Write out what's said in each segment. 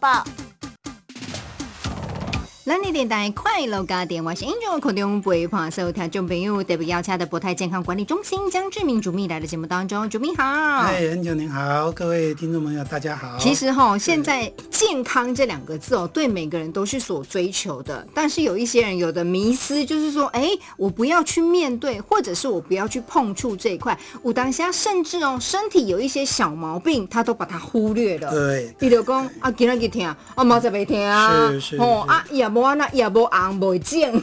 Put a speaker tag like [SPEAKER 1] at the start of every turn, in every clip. [SPEAKER 1] 报。
[SPEAKER 2] 咱的电台快乐家电，我是 Angel，空中陪伴所有听众朋友，特别邀请的博泰健康管理中心江志明主秘来到节目当中，主秘好。
[SPEAKER 3] 嗨，很久您好，各位听众朋友，大家好。
[SPEAKER 2] 啊哎其实哈、现在健康这两个字哦，对每个人都是所追求的，但是有一些人有的迷思就是说，哎，我不要去面对，或者是我不要去碰触这一块。武当虾甚至哦，身体有一些小毛病，他都把它忽略了。
[SPEAKER 3] 对，
[SPEAKER 2] 伊就讲啊，今仔日听，啊，明仔袂听啊
[SPEAKER 3] 是，是
[SPEAKER 2] 吼
[SPEAKER 3] 是
[SPEAKER 2] 啊，也无安那，也无红袂正。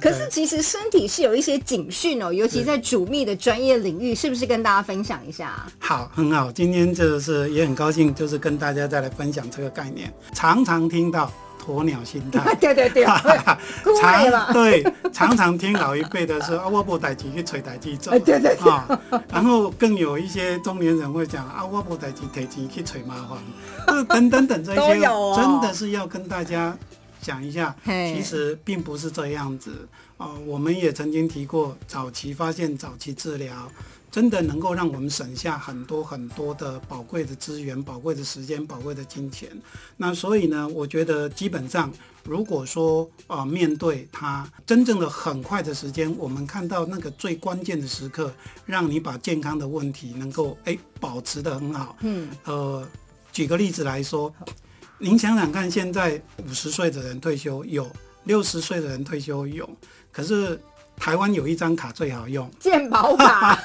[SPEAKER 2] 可是其实身体是有一些警讯哦，尤其在主秘的专业领域，是不是跟大家分享一下？，
[SPEAKER 3] 好，很好，今天就是也很高兴，就是跟大家再来分享这个概念。常常听到鸵鸟心态
[SPEAKER 2] 对对 对，哭累
[SPEAKER 3] 常
[SPEAKER 2] 了，
[SPEAKER 3] 对，常常听老一辈的说啊，我不逮鸡去吹逮鸡走，
[SPEAKER 2] 哎对对对
[SPEAKER 3] 啊、然后更有一些中年人会讲啊，我不逮鸡逮鸡去吹麻烦，这等等等这
[SPEAKER 2] 都
[SPEAKER 3] 些，
[SPEAKER 2] 有哦
[SPEAKER 3] 真的是要跟大家讲一下，
[SPEAKER 2] 嘿
[SPEAKER 3] 其实并不是这样子哦。我们也曾经提过，早期发现、早期治疗。真的能够让我们省下很多很多的宝贵的资源、宝贵的时间、宝贵的金钱。那所以呢，我觉得基本上，如果说啊、呃面对它真正的很快的时间，我们看到那个最关键的时刻，让你把健康的问题能够哎保持的很好。
[SPEAKER 2] 嗯，
[SPEAKER 3] 呃，举个例子来说，您想想看，现在五十岁的人退休有，六十岁的人退休有，可是台湾有一张卡最好用。
[SPEAKER 2] 健保卡，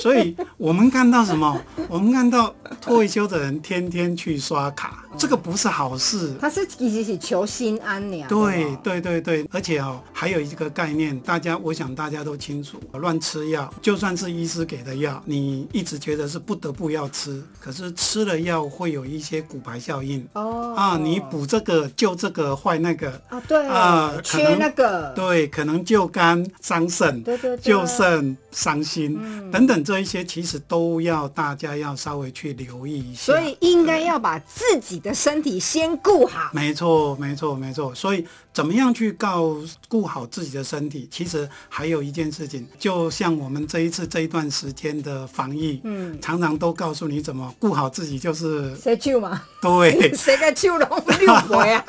[SPEAKER 3] 所以我们看到什么？ 我们看到退休的人天天去刷卡，这个不是好事。
[SPEAKER 2] 他是其实是求心安啊呀。
[SPEAKER 3] 对
[SPEAKER 2] 吧，
[SPEAKER 3] 对对对，而且哦，还有一个概念，大家我想大家都清楚，乱吃药，就算是医师给的药，你一直觉得是不得不要吃，可是吃了药会有一些骨牌效应
[SPEAKER 2] 哦
[SPEAKER 3] 啊，你补这个就这个坏那个，
[SPEAKER 2] 啊对
[SPEAKER 3] 啊可
[SPEAKER 2] 缺
[SPEAKER 3] 能
[SPEAKER 2] 那个，
[SPEAKER 3] 对，可能就肝伤肾，
[SPEAKER 2] 对啊嗯对对
[SPEAKER 3] 就肾伤心、等等这一些，其实都要大家要稍微去留意一下。
[SPEAKER 2] 所以应该要把自己的身体先顾好。
[SPEAKER 3] 没错，没错，没错。所以怎么样去照顾好自己的身体？其实还有一件事情，就像我们这一次这一段时间的防疫，
[SPEAKER 2] 嗯，
[SPEAKER 3] 常常都告诉你怎么顾好自己，就是
[SPEAKER 2] 谁救嘛？
[SPEAKER 3] 对，
[SPEAKER 2] 谁在救龙六啊国呀？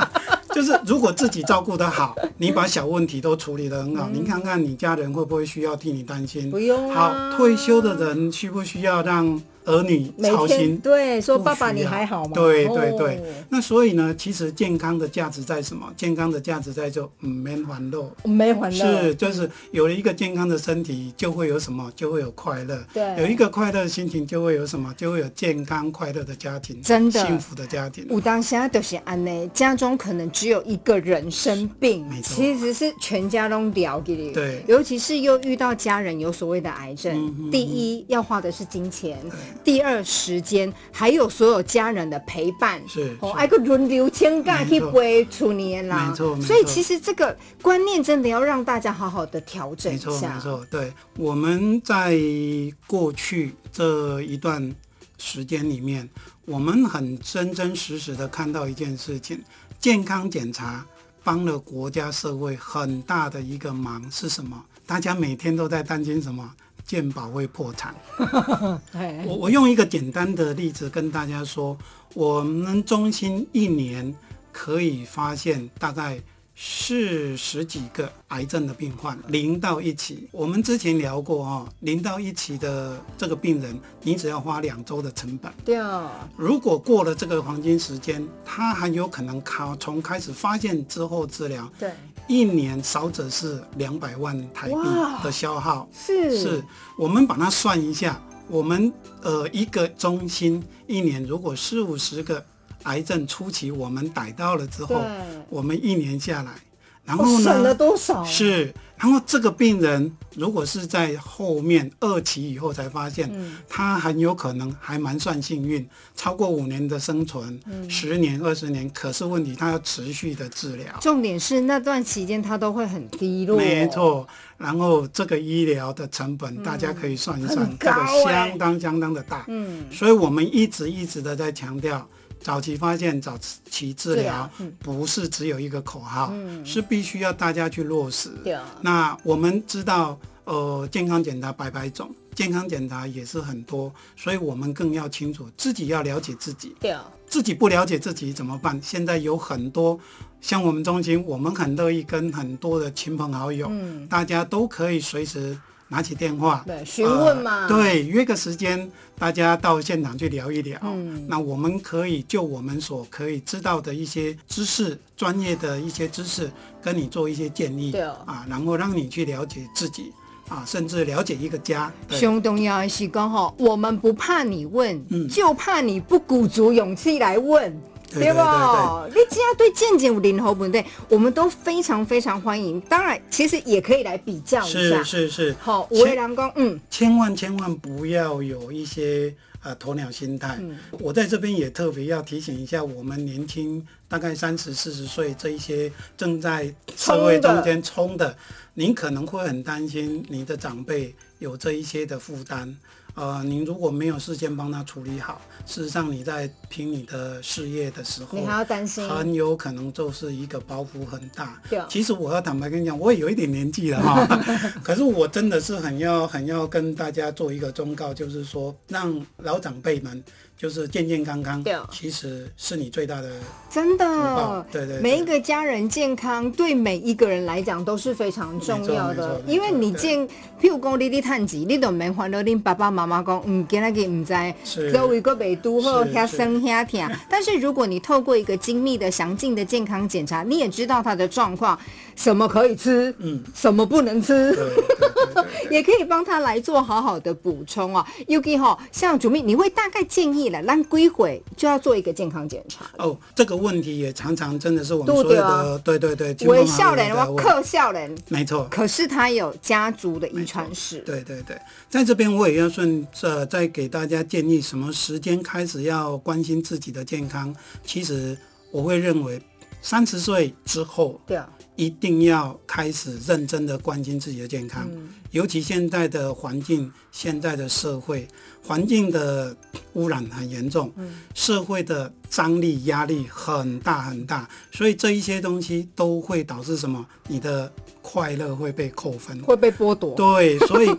[SPEAKER 3] 就是如果自己照顾得好，你把小问题都处理得很好，您看看你家人会不会需要替你担心？
[SPEAKER 2] 嗯不用啊
[SPEAKER 3] 好，退休的人需不需要让儿女
[SPEAKER 2] 每
[SPEAKER 3] 操
[SPEAKER 2] 天
[SPEAKER 3] 心？
[SPEAKER 2] 对说
[SPEAKER 3] 不
[SPEAKER 2] 爸爸
[SPEAKER 3] 需
[SPEAKER 2] 你
[SPEAKER 3] 要
[SPEAKER 2] 还好吗？
[SPEAKER 3] 对对对、
[SPEAKER 2] 哦
[SPEAKER 3] 那所以呢，其实健康的价值在什么？健康的价值在就嗯，免烦恼。
[SPEAKER 2] 我哦没还了。
[SPEAKER 3] 是，就是有了一个健康的身体，就会有什么，就会有快乐。
[SPEAKER 2] 对
[SPEAKER 3] 有一个快乐的心情，就会有什么，就会有健康快乐的家庭，
[SPEAKER 2] 真的
[SPEAKER 3] 幸福的家庭。
[SPEAKER 2] 武当虾就是安内，家中可能只有一个人生病，
[SPEAKER 3] 没错
[SPEAKER 2] 其实是全家都聊给
[SPEAKER 3] 对嗯
[SPEAKER 2] 尤其是又遇到家人有所谓的癌症，第一要花的是金钱，第二时间，还有所有家人的陪伴，
[SPEAKER 3] 是
[SPEAKER 2] 哦，
[SPEAKER 3] 是
[SPEAKER 2] 挨个轮流请假去
[SPEAKER 3] 没错
[SPEAKER 2] 陪处年啦，
[SPEAKER 3] 没错没错
[SPEAKER 2] 所以其实这个观念真的要让大家好好的调整一
[SPEAKER 3] 没错，
[SPEAKER 2] 下，
[SPEAKER 3] 没错，对，我们在过去这一段时间里面，我们很真真实实的看到一件事情：健康检查帮了国家社会很大的一个忙是什么？大家每天都在担心什么？健保会破产。
[SPEAKER 2] 哎
[SPEAKER 3] 我我用一个简单的例子跟大家说，我们中心一年可以发现大概四十几个癌症的病患，零到一期。我们之前聊过哦，零到一期的这个病人，你只要花两周的成本。
[SPEAKER 2] 对啊，
[SPEAKER 3] 如果过了这个黄金时间，他很有可能靠从开始发现之后治疗，
[SPEAKER 2] 对，
[SPEAKER 3] 一年少则是两百万台币
[SPEAKER 2] 哇
[SPEAKER 3] 的消耗。
[SPEAKER 2] 是
[SPEAKER 3] 是我们把它算一下，我们呃一个中心一年如果四五十个癌症初期我们逮到了之
[SPEAKER 2] 对
[SPEAKER 3] 后，，我们一年下来，然
[SPEAKER 2] 我
[SPEAKER 3] 后
[SPEAKER 2] 哦省了
[SPEAKER 3] 呢
[SPEAKER 2] 多少？啊
[SPEAKER 3] 是，然后这个病人如果是在后面二期以后才发现，
[SPEAKER 2] 嗯
[SPEAKER 3] 他很有可能还蛮算幸运，超过五年的生存，
[SPEAKER 2] 嗯
[SPEAKER 3] 十、年二十年，可是问题他要持续的治疗。
[SPEAKER 2] 重点是那段期间他都会很低落，
[SPEAKER 3] 没，错，然后这个医疗的成本，大家可以算一
[SPEAKER 2] 嗯
[SPEAKER 3] 算，
[SPEAKER 2] 很
[SPEAKER 3] 这
[SPEAKER 2] 高
[SPEAKER 3] 个
[SPEAKER 2] 欸
[SPEAKER 3] 相当相当的大。
[SPEAKER 2] 嗯，
[SPEAKER 3] 所以我们一直一直的在强调，早期发现、早期治
[SPEAKER 2] 对
[SPEAKER 3] 疗
[SPEAKER 2] 啊嗯，
[SPEAKER 3] 不是只有一个口号，是必须要大家去落实。
[SPEAKER 2] 对啊，
[SPEAKER 3] 那我们知道，呃，健康检查百百种，健康检查也是很多，所以我们更要清楚自己要了解自己，
[SPEAKER 2] 对哦，
[SPEAKER 3] 自己不了解自己怎么办？现在有很多像我们中心，我们很乐意跟很多的亲朋好友，
[SPEAKER 2] 嗯，
[SPEAKER 3] 大家都可以随时拿起电话，
[SPEAKER 2] 对，询问嘛，
[SPEAKER 3] 呃对，约个时间，大家到现场去聊一聊。
[SPEAKER 2] 嗯
[SPEAKER 3] 那我们可以就我们所可以知道的一些知识、专业的一些知识，跟你做一些建议。
[SPEAKER 2] 对哦
[SPEAKER 3] 啊，然后让你去了解自己，啊，甚至了解一个家。对
[SPEAKER 2] 熊东要西刚好，我们不怕你问，
[SPEAKER 3] 嗯
[SPEAKER 2] 就怕你不鼓足勇气来问。
[SPEAKER 3] 对对对
[SPEAKER 2] 不？你只要对见解有任何问题，我们都非常非常欢迎。当然，其实也可以来比较一下
[SPEAKER 3] 是。是是，
[SPEAKER 2] 好，五位
[SPEAKER 3] 千
[SPEAKER 2] 郎公，嗯，
[SPEAKER 3] 千万千万不要有一些呃鸵鸟心态。
[SPEAKER 2] 嗯
[SPEAKER 3] 我在这边也特别要提醒一下我们年轻，大概三十四十岁这一些正在社会中间冲的，您可能会很担心你的长辈有这一些的负担。呃，您如果没有事先帮他处理好，事实上你在拼你的事业的时候
[SPEAKER 2] 你，还要担心。
[SPEAKER 3] 很有可能就是一个包袱很大
[SPEAKER 2] 对啊。
[SPEAKER 3] 其实我要坦白跟你讲，我也有一点年纪 了哈，可是我真的是很要很要跟大家做一个忠告，就是说让老长辈们就是健健康康
[SPEAKER 2] 对啊，
[SPEAKER 3] 其实是你最大的
[SPEAKER 2] 真
[SPEAKER 3] 哦
[SPEAKER 2] 的，
[SPEAKER 3] 对对对
[SPEAKER 2] 每一个家人健康对每一个人来讲都是非常重要
[SPEAKER 3] 没错
[SPEAKER 2] 的
[SPEAKER 3] 没，错
[SPEAKER 2] 因为你
[SPEAKER 3] 对
[SPEAKER 2] 健，譬如讲你你趁钱，你都免烦恼恁爸爸妈妈讲，嗯，今仔日唔知，
[SPEAKER 3] 是
[SPEAKER 2] 周围个北都或
[SPEAKER 3] 是
[SPEAKER 2] 遐生遐疼。但是如果你透过一个精密的、详尽的健康检查，你也知道他的状况，什么可以吃，
[SPEAKER 3] 嗯，
[SPEAKER 2] 什么不能吃
[SPEAKER 3] 对。对对对对
[SPEAKER 2] 也可以帮他来做好好的补充哦。Yuki 哈，像主秘，你会大概建议了，让归回就要做一个健康检查。
[SPEAKER 3] 哦，这个问题也常常真的是我们
[SPEAKER 2] 对
[SPEAKER 3] 所有
[SPEAKER 2] 对啊
[SPEAKER 3] 的对对对，亲朋
[SPEAKER 2] 为
[SPEAKER 3] 好友
[SPEAKER 2] 笑脸，
[SPEAKER 3] 都在
[SPEAKER 2] 我
[SPEAKER 3] 问
[SPEAKER 2] 克笑脸，
[SPEAKER 3] 没错，
[SPEAKER 2] 可是他有家族的遗传史，
[SPEAKER 3] 对对对，在这边我也要顺呃，再给大家建议，什么时间开始要关心自己的健康？其实我会认为，三十岁之后
[SPEAKER 2] 对啊，
[SPEAKER 3] 一定要开始认真的关心自己的健康，尤其现在的环境、现在的社会环境的污染很严重，社会的张力、压力很大很大，所以这一些东西都会导致什么？你的快乐会被扣分。
[SPEAKER 2] 会被剥夺。
[SPEAKER 3] 对，所以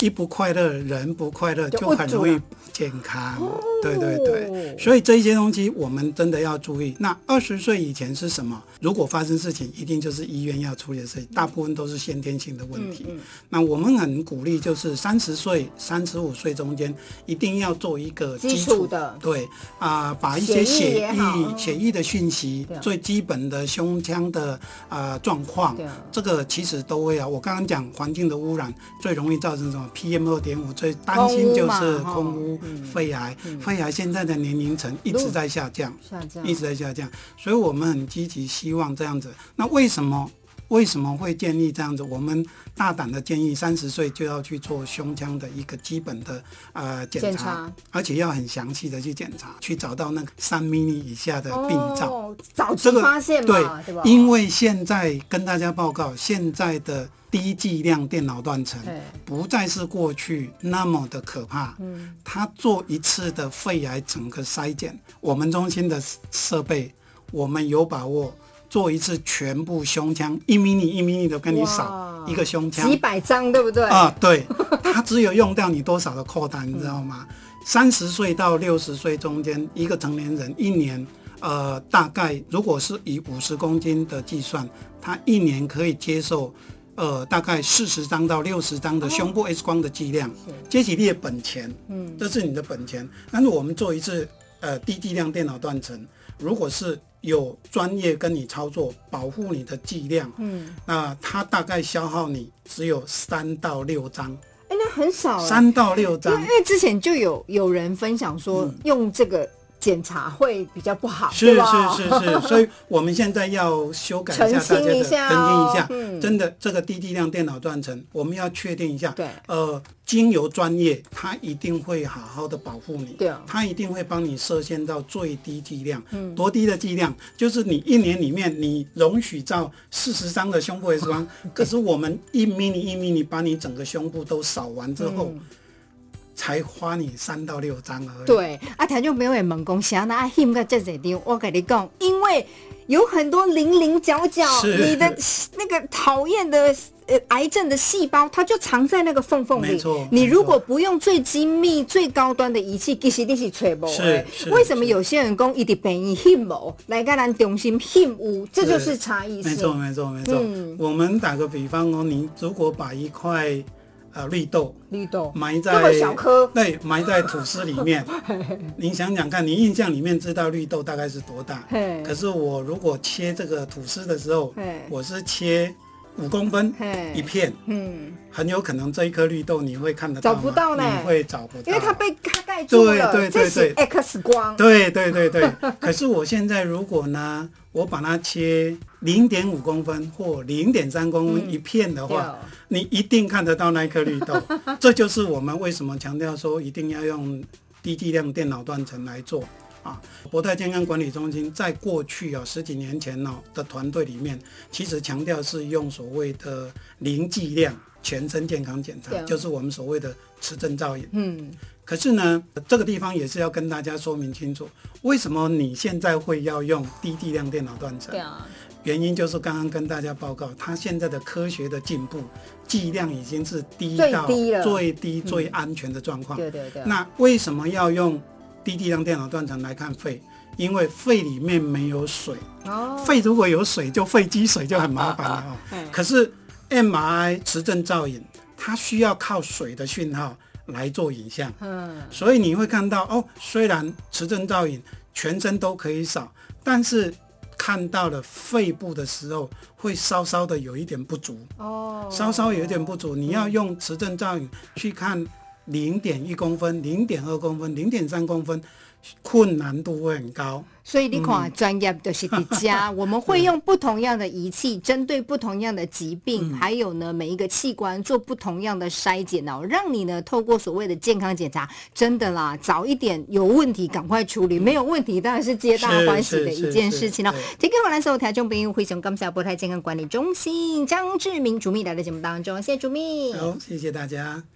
[SPEAKER 3] 一不快乐，人不快乐
[SPEAKER 2] 就
[SPEAKER 3] 就
[SPEAKER 2] 不
[SPEAKER 3] 很
[SPEAKER 2] 足
[SPEAKER 3] 容易
[SPEAKER 2] 了
[SPEAKER 3] 健康。对对
[SPEAKER 2] 哦
[SPEAKER 3] 对，所以这些东西我们真的要注意。那二十岁以前是什么？如果发生事情，一定就是医院要处理的事情，大部分都是先天性的问题。
[SPEAKER 2] 嗯
[SPEAKER 3] 那我们很鼓励，就是三十岁、三十五岁中间一定要做一个
[SPEAKER 2] 基
[SPEAKER 3] 基
[SPEAKER 2] 础
[SPEAKER 3] 础
[SPEAKER 2] 的
[SPEAKER 3] 对啊、把一
[SPEAKER 2] 血
[SPEAKER 3] 些
[SPEAKER 2] 液
[SPEAKER 3] 血
[SPEAKER 2] 也
[SPEAKER 3] 液
[SPEAKER 2] 好嗯、
[SPEAKER 3] 血液的讯息
[SPEAKER 2] 对啊，
[SPEAKER 3] 最基本的胸腔的啊状况
[SPEAKER 2] 对啊，
[SPEAKER 3] 这个其实都会啊。我刚刚讲环境的污染最容易造成什么？PM 二点五最担心就
[SPEAKER 2] 空污
[SPEAKER 3] 是
[SPEAKER 2] 嘛嗯
[SPEAKER 3] 空污、肺癌，肺癌现在的年龄层一直在下降，
[SPEAKER 2] 下降
[SPEAKER 3] 一直在下降，所以我们很积极希望这样子。那为什么？为什么会建议这样子？我们大胆的建议，三十岁就要去做胸腔的一个基本的呃检查，
[SPEAKER 2] 检查
[SPEAKER 3] 而且要很详细的去检查，去找到那个三 mini 以下的病灶。
[SPEAKER 2] 哦，早期
[SPEAKER 3] 这个
[SPEAKER 2] 发现
[SPEAKER 3] 对
[SPEAKER 2] 嘛，对吧？
[SPEAKER 3] 因为现在跟大家报告，现在的低剂量电脑断层
[SPEAKER 2] 对
[SPEAKER 3] 不再是过去那么的可怕。嗯，他做一次的肺癌整个筛检，我们中心的设备，我们有把握做一次全部胸腔一米米一米米的跟你
[SPEAKER 2] 哇
[SPEAKER 3] 扫一个胸腔
[SPEAKER 2] 几百张，对不对？
[SPEAKER 3] 啊，对，它只有用掉你多少的扣单，你知道吗？三十岁到六十岁中间，一个成年人一年，呃，大概如果是以五十公斤的计算，他一年可以接受，呃，大概四十张到六十张的胸部 X 光的剂量，接起你的本钱，嗯，这是你的本钱。但是我们做一次呃低剂量电脑断层，如果是有专业跟你操作，保护你的剂量，嗯，那它大概消耗你只有三到六张，
[SPEAKER 2] 哎，那很少哎，
[SPEAKER 3] 三到六
[SPEAKER 2] 因为
[SPEAKER 3] 张 嗯
[SPEAKER 2] 因，为之前就有有人分享说，用这个检查会比较不好，
[SPEAKER 3] 是
[SPEAKER 2] 对吧
[SPEAKER 3] 是是 是，所以我们现在要修改一下大家
[SPEAKER 2] 澄清
[SPEAKER 3] 的
[SPEAKER 2] 一
[SPEAKER 3] 澄
[SPEAKER 2] 下
[SPEAKER 3] 清
[SPEAKER 2] 哦
[SPEAKER 3] 一下
[SPEAKER 2] 嗯，
[SPEAKER 3] 真的这个低剂量电脑断层，我们要确定一下，
[SPEAKER 2] 对
[SPEAKER 3] 呃，经由专业，他一定会好好的保护你，
[SPEAKER 2] 对啊
[SPEAKER 3] 他一定会帮你设限到最低剂量，
[SPEAKER 2] 嗯
[SPEAKER 3] 多低的剂量，就是你一年里面你容许照四十张的胸部 X 光，可是我们一 mini 一 mini 把你整个胸部都扫完之后，
[SPEAKER 2] 嗯
[SPEAKER 3] 才花你三到六张而已，
[SPEAKER 2] 对，啊，听众朋友会问讲，谁那啊，翕个这侪张，我跟你讲，因为有很多零零角角，
[SPEAKER 3] 是
[SPEAKER 2] 你的那个讨厌的呃癌症的细胞，它就藏在那个缝缝
[SPEAKER 3] 没
[SPEAKER 2] 里
[SPEAKER 3] 错。
[SPEAKER 2] 你
[SPEAKER 3] 没
[SPEAKER 2] 如
[SPEAKER 3] 错
[SPEAKER 2] 果不用最精密、最高端的仪器，其实你是吹不的。
[SPEAKER 3] 是是
[SPEAKER 2] 为什么有些人讲一直便宜 him 来跟咱中心 him 这就是差异
[SPEAKER 3] 没错，
[SPEAKER 2] 性。
[SPEAKER 3] 没错，没错。
[SPEAKER 2] 嗯
[SPEAKER 3] 我们打个比方哦，你如果把一块呃绿豆
[SPEAKER 2] 绿豆
[SPEAKER 3] 埋
[SPEAKER 2] 这么
[SPEAKER 3] 在
[SPEAKER 2] 小颗，
[SPEAKER 3] 对埋在土司里面， 您想想看，你印象里面知道绿豆大概是多大？
[SPEAKER 2] 嘿，
[SPEAKER 3] 可是我如果切这个吐司的时候
[SPEAKER 2] 嘿，
[SPEAKER 3] 我是切五公分一
[SPEAKER 2] 嘿，
[SPEAKER 3] 片，
[SPEAKER 2] 嗯，
[SPEAKER 3] 很有可能这一颗绿豆你会看得到吗，
[SPEAKER 2] 找不到呢
[SPEAKER 3] 你会找不到，
[SPEAKER 2] 因为它被它盖住了，
[SPEAKER 3] 对对
[SPEAKER 2] 这是
[SPEAKER 3] 对
[SPEAKER 2] X 光，
[SPEAKER 3] 对对对对， 可是我现在如果呢，我把它切零点五公分或零点三
[SPEAKER 2] 嗯
[SPEAKER 3] 公分一片的话，你一定看得到那一颗绿 豆。这就是我们为什么强调说一定要用低剂量电脑断层来做啊。博泰健康管理中心在过去啊、十几年前哦的团队里面，其实强调是用所谓的零剂量全身健康检查
[SPEAKER 2] 对，
[SPEAKER 3] 就是我们所谓的磁振造影。
[SPEAKER 2] 嗯，
[SPEAKER 3] 可是呢，这个地方也是要跟大家说明清楚，为什么你现在会要用低剂量电脑断层？
[SPEAKER 2] 啊，
[SPEAKER 3] 原因就是刚刚跟大家报告，它现在的科学的进步，剂量已经是低
[SPEAKER 2] 最
[SPEAKER 3] 到
[SPEAKER 2] 低了嗯
[SPEAKER 3] 最低、最安全的状况。
[SPEAKER 2] 对啊对对，
[SPEAKER 3] 那为什么要用低剂量电脑断层来看肺？因为肺里面没有水，
[SPEAKER 2] 哦，
[SPEAKER 3] 肺如果有水，就肺积水就很麻烦了哦。
[SPEAKER 2] 嗯
[SPEAKER 3] 可是 MRI 磁振造影，它需要靠水的讯号来做影像。
[SPEAKER 2] 嗯，
[SPEAKER 3] 所以你会看到哦，虽然磁振造影全身都可以扫，但是看到了肺部的时候，会稍稍的有一点不足，
[SPEAKER 2] 哦，
[SPEAKER 3] 稍稍有一点不足。你要用磁振造影去看零点一公分、零点二公分、零点三公分，困难度会很高。
[SPEAKER 2] 所以你
[SPEAKER 3] 嗯
[SPEAKER 2] 看，啊专业就是叠 加，我们会用不同样的仪器，针对不同样的疾
[SPEAKER 3] 嗯
[SPEAKER 2] 病，还有呢每一个器官做不同样的筛检哦，让你呢透过所谓的健康检查，真的
[SPEAKER 3] 嗯
[SPEAKER 2] 啦，早一点有问题赶快处理，没有问题当然是皆大欢喜的一件事情哦
[SPEAKER 3] 是是是。
[SPEAKER 2] 这个我来自我台中朋友会从甘下波泰健康管理中心张志明主秘来的节目当中，谢谢主秘。
[SPEAKER 3] 好，谢谢大家。